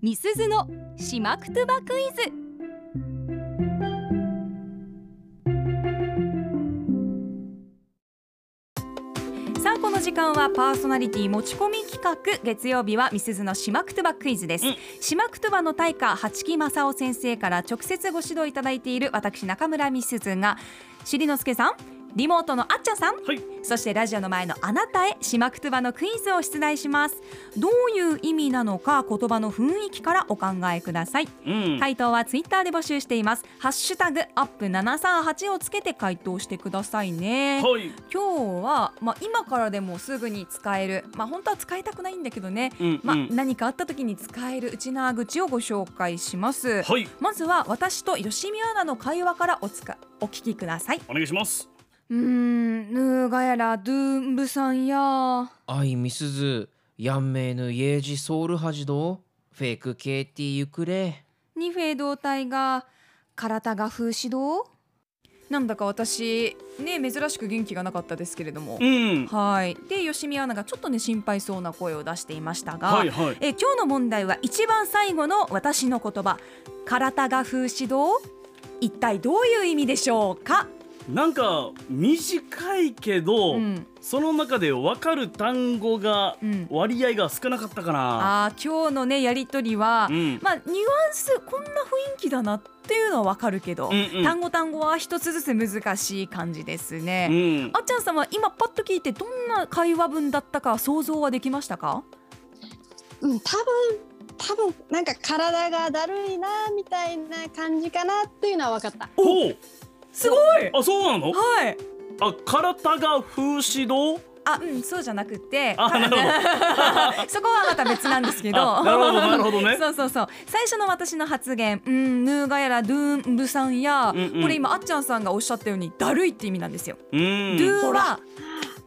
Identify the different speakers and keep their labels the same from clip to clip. Speaker 1: みすずのしまくとばクイズさあこの時間はパーソナリティ持ち込み企画月曜日はみすずのしまくとばクイズです、
Speaker 2: うん
Speaker 1: しまくとばの大家八木正夫先生から直接ご指導いただいている私中村みすずがしりのすけさんリモートのあっちゃんさん
Speaker 2: はい
Speaker 1: そしてラジオの前のあなたへしまくとばのクイズを出題しますどういう意味なのか言葉の雰囲気からお考えください
Speaker 2: うん
Speaker 1: 回答はツイッターで募集していますハッシュタグアップ738をつけて回答してくださいね
Speaker 2: はい
Speaker 1: 今日は、まあ、今からでもすぐに使える、まあ、本当は使いたくないんだけどね、
Speaker 2: うん
Speaker 1: まあ
Speaker 2: うん
Speaker 1: 何かあった時に使えるうちな口をご紹介します
Speaker 2: はい
Speaker 1: まずは私と吉見アナの会話からおつかお聞きください
Speaker 2: お願いします
Speaker 1: うーんぬがやらドゥンブさんや
Speaker 3: アイミスズヤンメイヌイエージソウルハジドフェイクケーティゆくれ
Speaker 1: ニフェ胴体が体が風刺動なんだか私ね珍しく元気がなかったですけれども
Speaker 2: うん
Speaker 1: はいで吉見アナがちょっとね心配そうな声を出していましたが、
Speaker 2: はいはい
Speaker 1: え今日の問題は一番最後の私の言葉「体が風刺動」一体どういう意味でしょうか、
Speaker 2: なんか短いけど、
Speaker 1: うん、
Speaker 2: その中で分かる単語が
Speaker 1: うん
Speaker 2: 割合が少なかったかな、
Speaker 1: あー今日のねやり取りは、
Speaker 2: うん
Speaker 1: まあニュアンスこんな雰囲気だなっていうのはわかるけど、
Speaker 2: うんうん
Speaker 1: 単語単語は一つずつ難しい感じですね。
Speaker 2: うん
Speaker 1: あっちゃんさんは今パッと聞いてどんな会話文だったか想像はできましたか
Speaker 4: うん、多分多分なんか体がだるいなみたいな感じかなっていうのは分かった。
Speaker 2: おう
Speaker 1: すごい
Speaker 2: あそうなの
Speaker 1: はい
Speaker 2: あ体が風刺動
Speaker 1: あうんそうじゃなくて
Speaker 2: あなるほど
Speaker 1: そこはまた別なんですけど
Speaker 2: あなるほどなるほどね
Speaker 1: そうそうそう最初の私の発言うんヌーガやらドゥンブさんや、
Speaker 2: うんうん
Speaker 1: これ今あっちゃんさんがおっしゃったようにだるいって意味なんですよ、
Speaker 2: う
Speaker 1: ド
Speaker 2: ん
Speaker 1: ゥは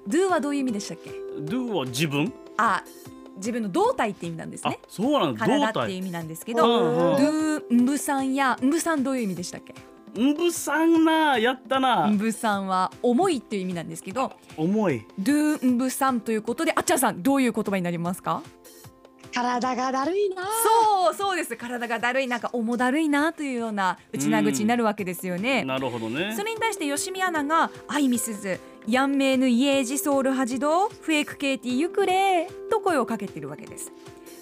Speaker 1: ドゥはどういう意味でしたっけ
Speaker 2: ドゥは自分
Speaker 1: あ自分の胴体って意味なんです
Speaker 2: あ
Speaker 1: ね
Speaker 2: そうなの胴
Speaker 1: 体っていう意
Speaker 2: 体
Speaker 1: 味なんですけ
Speaker 2: う
Speaker 1: ど
Speaker 2: ん
Speaker 1: ド
Speaker 2: う
Speaker 1: ゥンブさんやんぶさんどういう意味でしたっけ
Speaker 2: んんぶさんなやったなん
Speaker 1: ぶさんは重いっていう意味なんですけど
Speaker 2: 重い
Speaker 1: ドゥンブさんということであっちゃんさんどういう言葉になりますか
Speaker 4: 体がだるいな。
Speaker 1: そうそうです体がだるいなんか重だるいなというような内な口になるわけですよね、
Speaker 2: なるほどね
Speaker 1: それに対して吉見アナが「アイミスズ」「ヤンメイヌイエージソウルハジド」「フェイクケイティユクレー」と声をかけているわけです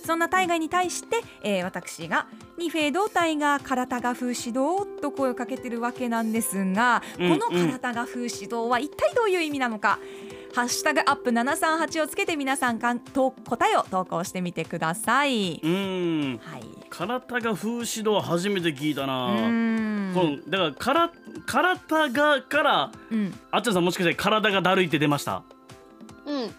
Speaker 1: そんな大外に対して、えー私が「ニフェイ胴体が体が風指導」と声をかけているわけなんですが、
Speaker 2: うん
Speaker 1: この体が風指導は一体どういう意味なのか「ハッシュタグアップ #738」をつけて皆さんかんと答えを投稿してみてください、
Speaker 2: うん
Speaker 1: はい
Speaker 2: 体が風刺動は初めて聞いた
Speaker 1: う
Speaker 2: な
Speaker 1: ー
Speaker 2: こ
Speaker 1: ん
Speaker 2: のだからから体がから
Speaker 1: うん、
Speaker 2: あっちゃんさんもしかして体がだるいって出ました
Speaker 4: うん。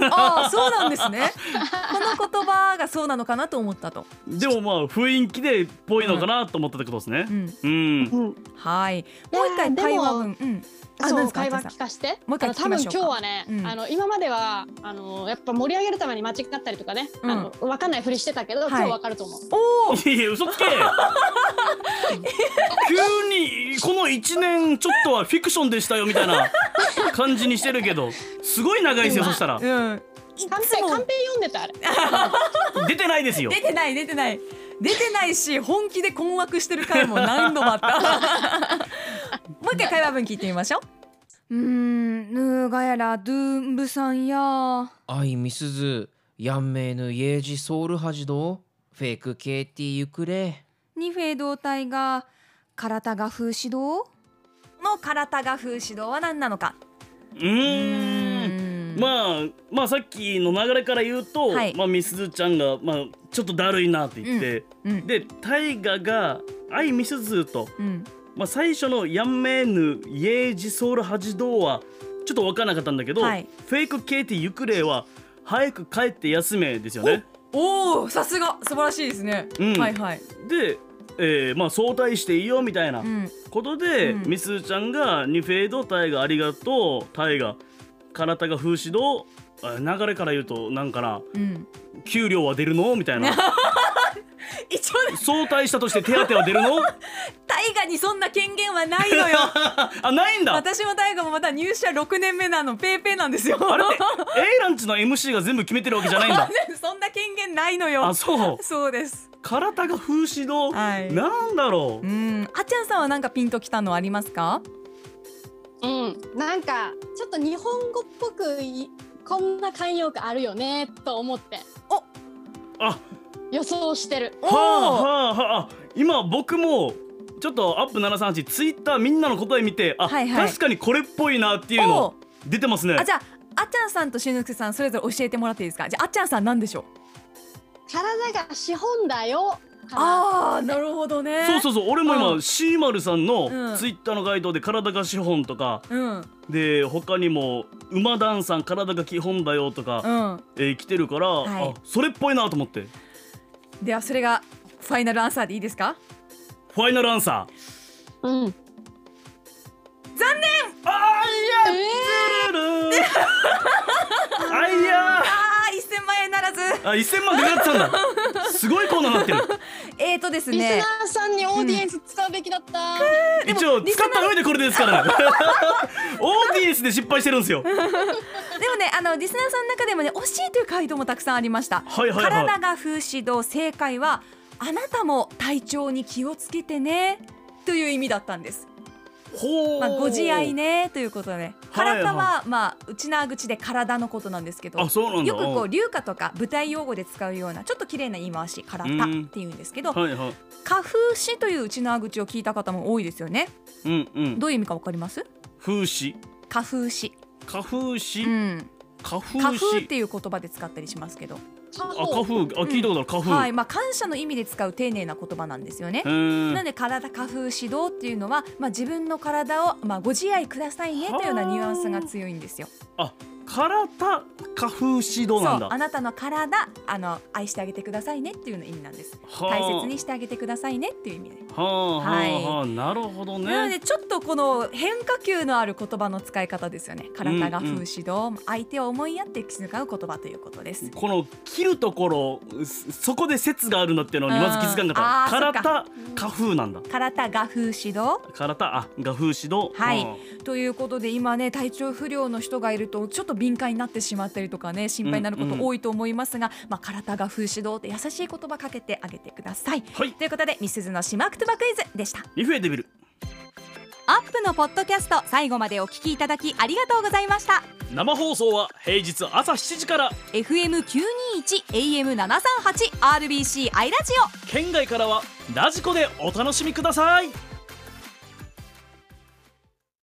Speaker 1: ああそうなんですね この言葉がそうなのかなと思ったと
Speaker 2: でもまあ雰囲気でっぽいのかなと思ったってことですね
Speaker 1: うん、
Speaker 2: うん
Speaker 4: うん。
Speaker 1: はい。もう一
Speaker 4: いや
Speaker 1: 回
Speaker 4: ーでも
Speaker 1: 会話文、うん、あ
Speaker 4: そ
Speaker 1: なんで
Speaker 4: う
Speaker 1: すか
Speaker 4: 会話
Speaker 1: あつ
Speaker 4: 聞かして。
Speaker 1: もう一回
Speaker 4: あの
Speaker 1: 聞きましょうか
Speaker 4: 多分今日はね、
Speaker 1: うん
Speaker 4: あの今まではあのやっぱ盛り上げるために間違ったりとかね、
Speaker 1: うん
Speaker 4: あの分かんないふりしてたけど、
Speaker 1: はい
Speaker 4: 今日分かると思う。
Speaker 1: おお、
Speaker 2: いやいや嘘 つけ急にこの1年ちょっとはフィクションでしたよみたいな感じにしてるけどすごい長いですよそしたら
Speaker 1: うん、い
Speaker 4: カンペ
Speaker 1: つ
Speaker 4: カン
Speaker 1: も
Speaker 4: ペ読んでたあれ。
Speaker 2: 出てないですよ
Speaker 1: 出てない出てない出てないし本気で困惑してる回も何度もあった もう一回会話文聞いてみましょううーんぬがやらドゥンブさんや
Speaker 3: アイミスズヤンメイヌイエージソウルハジドフェイクケーティゆくれ
Speaker 1: ニフェ胴体が体が風指導の体が風指導は何なのか
Speaker 2: う
Speaker 1: う
Speaker 2: ーん
Speaker 1: ん
Speaker 2: まあまあさっきの流れから言うと、
Speaker 1: はい
Speaker 2: まあみすずちゃんがまあちょっとだるいなって言って、
Speaker 1: うん
Speaker 2: で大我が「愛みすず」と、
Speaker 1: うん
Speaker 2: まあ、最初の「やんめぬイエージソウルハジドー」はちょっと分からなかったんだけど、
Speaker 1: はい
Speaker 2: フェイクケイティゆくれは「早く帰って休め」ですよね。
Speaker 1: おおさすが素晴らしいですね、
Speaker 2: うん
Speaker 1: はいはい
Speaker 2: で、えーまあ早退していいよみたいな
Speaker 1: うん
Speaker 2: ことで、
Speaker 1: うん
Speaker 2: みすずちゃんが「ニフェイドタイガありがとうタイガ体が風刺ドあ流れから言うとなんかな
Speaker 1: うん
Speaker 2: 給料 は出るのみたいな
Speaker 1: 一応ね
Speaker 2: 早退したとして手当は出るの
Speaker 1: タイガにそんな権限はないのよ
Speaker 2: あないんだあれ
Speaker 1: 私も大ガもまだ入社6年目なのペーペーなんですよ
Speaker 2: って A ランチの MC が全部決めてるわけじゃないんだ
Speaker 1: そんな権限ないのよ
Speaker 2: あそう
Speaker 1: そうです
Speaker 2: 体が風刺の、
Speaker 1: はい
Speaker 2: なんだろう
Speaker 1: うんあっちゃんさんはなんかピンときたのありますか
Speaker 4: うん、なんかちょっと日本語っぽくいこんな慣用句あるよねと思って
Speaker 2: あ
Speaker 4: 予想してる。
Speaker 2: はあはあはあ今僕もちょっとアップ738ツイッターみんなの答え見てあ、
Speaker 1: はいはい
Speaker 2: 確かにこれっぽいなっていう
Speaker 1: お
Speaker 2: の
Speaker 1: う
Speaker 2: 出てますね
Speaker 1: あじゃああっちゃんさんとしゅぬくさんそれぞれ教えてもらっていいですかじゃああっちゃんさんなんでしょう
Speaker 4: 体が資本だよ。
Speaker 1: ああなるほどね
Speaker 2: そう
Speaker 1: う
Speaker 2: そうそう俺も
Speaker 1: う
Speaker 2: 今
Speaker 1: ん
Speaker 2: シーマルさん
Speaker 1: う
Speaker 2: の
Speaker 1: ん
Speaker 2: ツイッターのガイドで「体が資本」とか
Speaker 1: うんうん
Speaker 2: で他にも「馬団さん体が基本だよ」とか、えー来てるから、
Speaker 1: はい
Speaker 2: あそれっぽいなと思って
Speaker 1: ではそれがファイナルアンサーでいいですか
Speaker 2: ファイナルアンサー
Speaker 4: うん。え
Speaker 2: あーいや
Speaker 4: え
Speaker 2: ルルルーあいや
Speaker 1: あー1000万円ならず
Speaker 2: ーあ1000万かかってたんだすごいコーナーになってる
Speaker 1: えーとです
Speaker 4: リス
Speaker 1: ね
Speaker 4: ナーさんにオーディエンス使うべきだった。
Speaker 1: でも
Speaker 2: 一応
Speaker 1: リス
Speaker 2: 使
Speaker 1: ナ
Speaker 2: っ
Speaker 1: ー
Speaker 2: た上でこれですからね オーディエンスで失敗してるんですよ
Speaker 1: でもねあのリスナーさんの中でもね惜しいという回答もたくさんありました、
Speaker 2: はいはいはい
Speaker 1: 体が風刺動正解はあなたも体調に気をつけてねという意味だったんです、
Speaker 2: ほう
Speaker 1: まあ、ご自愛ねということで
Speaker 2: はいはい
Speaker 1: 体はまあ内縄口で体のことなんですけど
Speaker 2: あそうなんだ
Speaker 1: よくこう流歌とか舞台用語で使うようなちょっと綺麗な言い回し「体」っていうんですけど
Speaker 2: はいはい
Speaker 1: 「花風刺」という内縄口を聞いた方も多いですよね
Speaker 2: うんうん
Speaker 1: どういう意味かわかります
Speaker 2: 風刺
Speaker 1: 花風刺、
Speaker 2: 花風刺、
Speaker 1: うん、
Speaker 2: 花風
Speaker 1: 花風っ
Speaker 2: 刺
Speaker 1: ていう言葉で使ったりしますけど
Speaker 4: 過
Speaker 2: あ花風あ聞いたことある花風、
Speaker 1: はい、まあ、感謝の意味で使う丁寧な言葉なんですよね
Speaker 2: へ。ー
Speaker 1: なので体花風指導っていうのは、まあ、自分の体を、まあ、ご自愛くださいねというようなニュアンスが強いんですよ。
Speaker 2: あ体花風刺どうなんだ
Speaker 1: あなたの体あの愛してあげてくださいねっていうような意味なんです。
Speaker 2: はあ
Speaker 1: 大切にしてあげてくださいねっていう意味で。
Speaker 2: はあは
Speaker 1: はい
Speaker 2: あ、はあ、なるほど
Speaker 1: なの
Speaker 2: ね
Speaker 1: でちょっとこの変化球のある言葉の使い方ですよね体が風指導、相手を思いやって気遣う言葉ということです
Speaker 2: この切るところそそこで説があるんだっていうのにまず気づかなかった、
Speaker 1: うんあー
Speaker 2: 体花風なんだ
Speaker 1: 体が風指導
Speaker 2: 体あ画風指導
Speaker 1: はい
Speaker 2: うん
Speaker 1: ということで今ね体調不良の人がいるとちょっと敏感になってしまったりとかね心配になるこ
Speaker 2: うんうん
Speaker 1: と多いと思いますが、まあ、体が風刺動って優しい言葉かけてあげてください。
Speaker 2: はい
Speaker 1: ということでみすずの「しまくとばクイズ」でした。
Speaker 2: リフエデビル
Speaker 1: アップのポッドキャスト最後までお聞きいただきありがとうございました。
Speaker 2: 生放送は平日朝7時から
Speaker 1: FM921 AM738 RBC アイラジオ
Speaker 2: 県外からはラジコでお楽しみください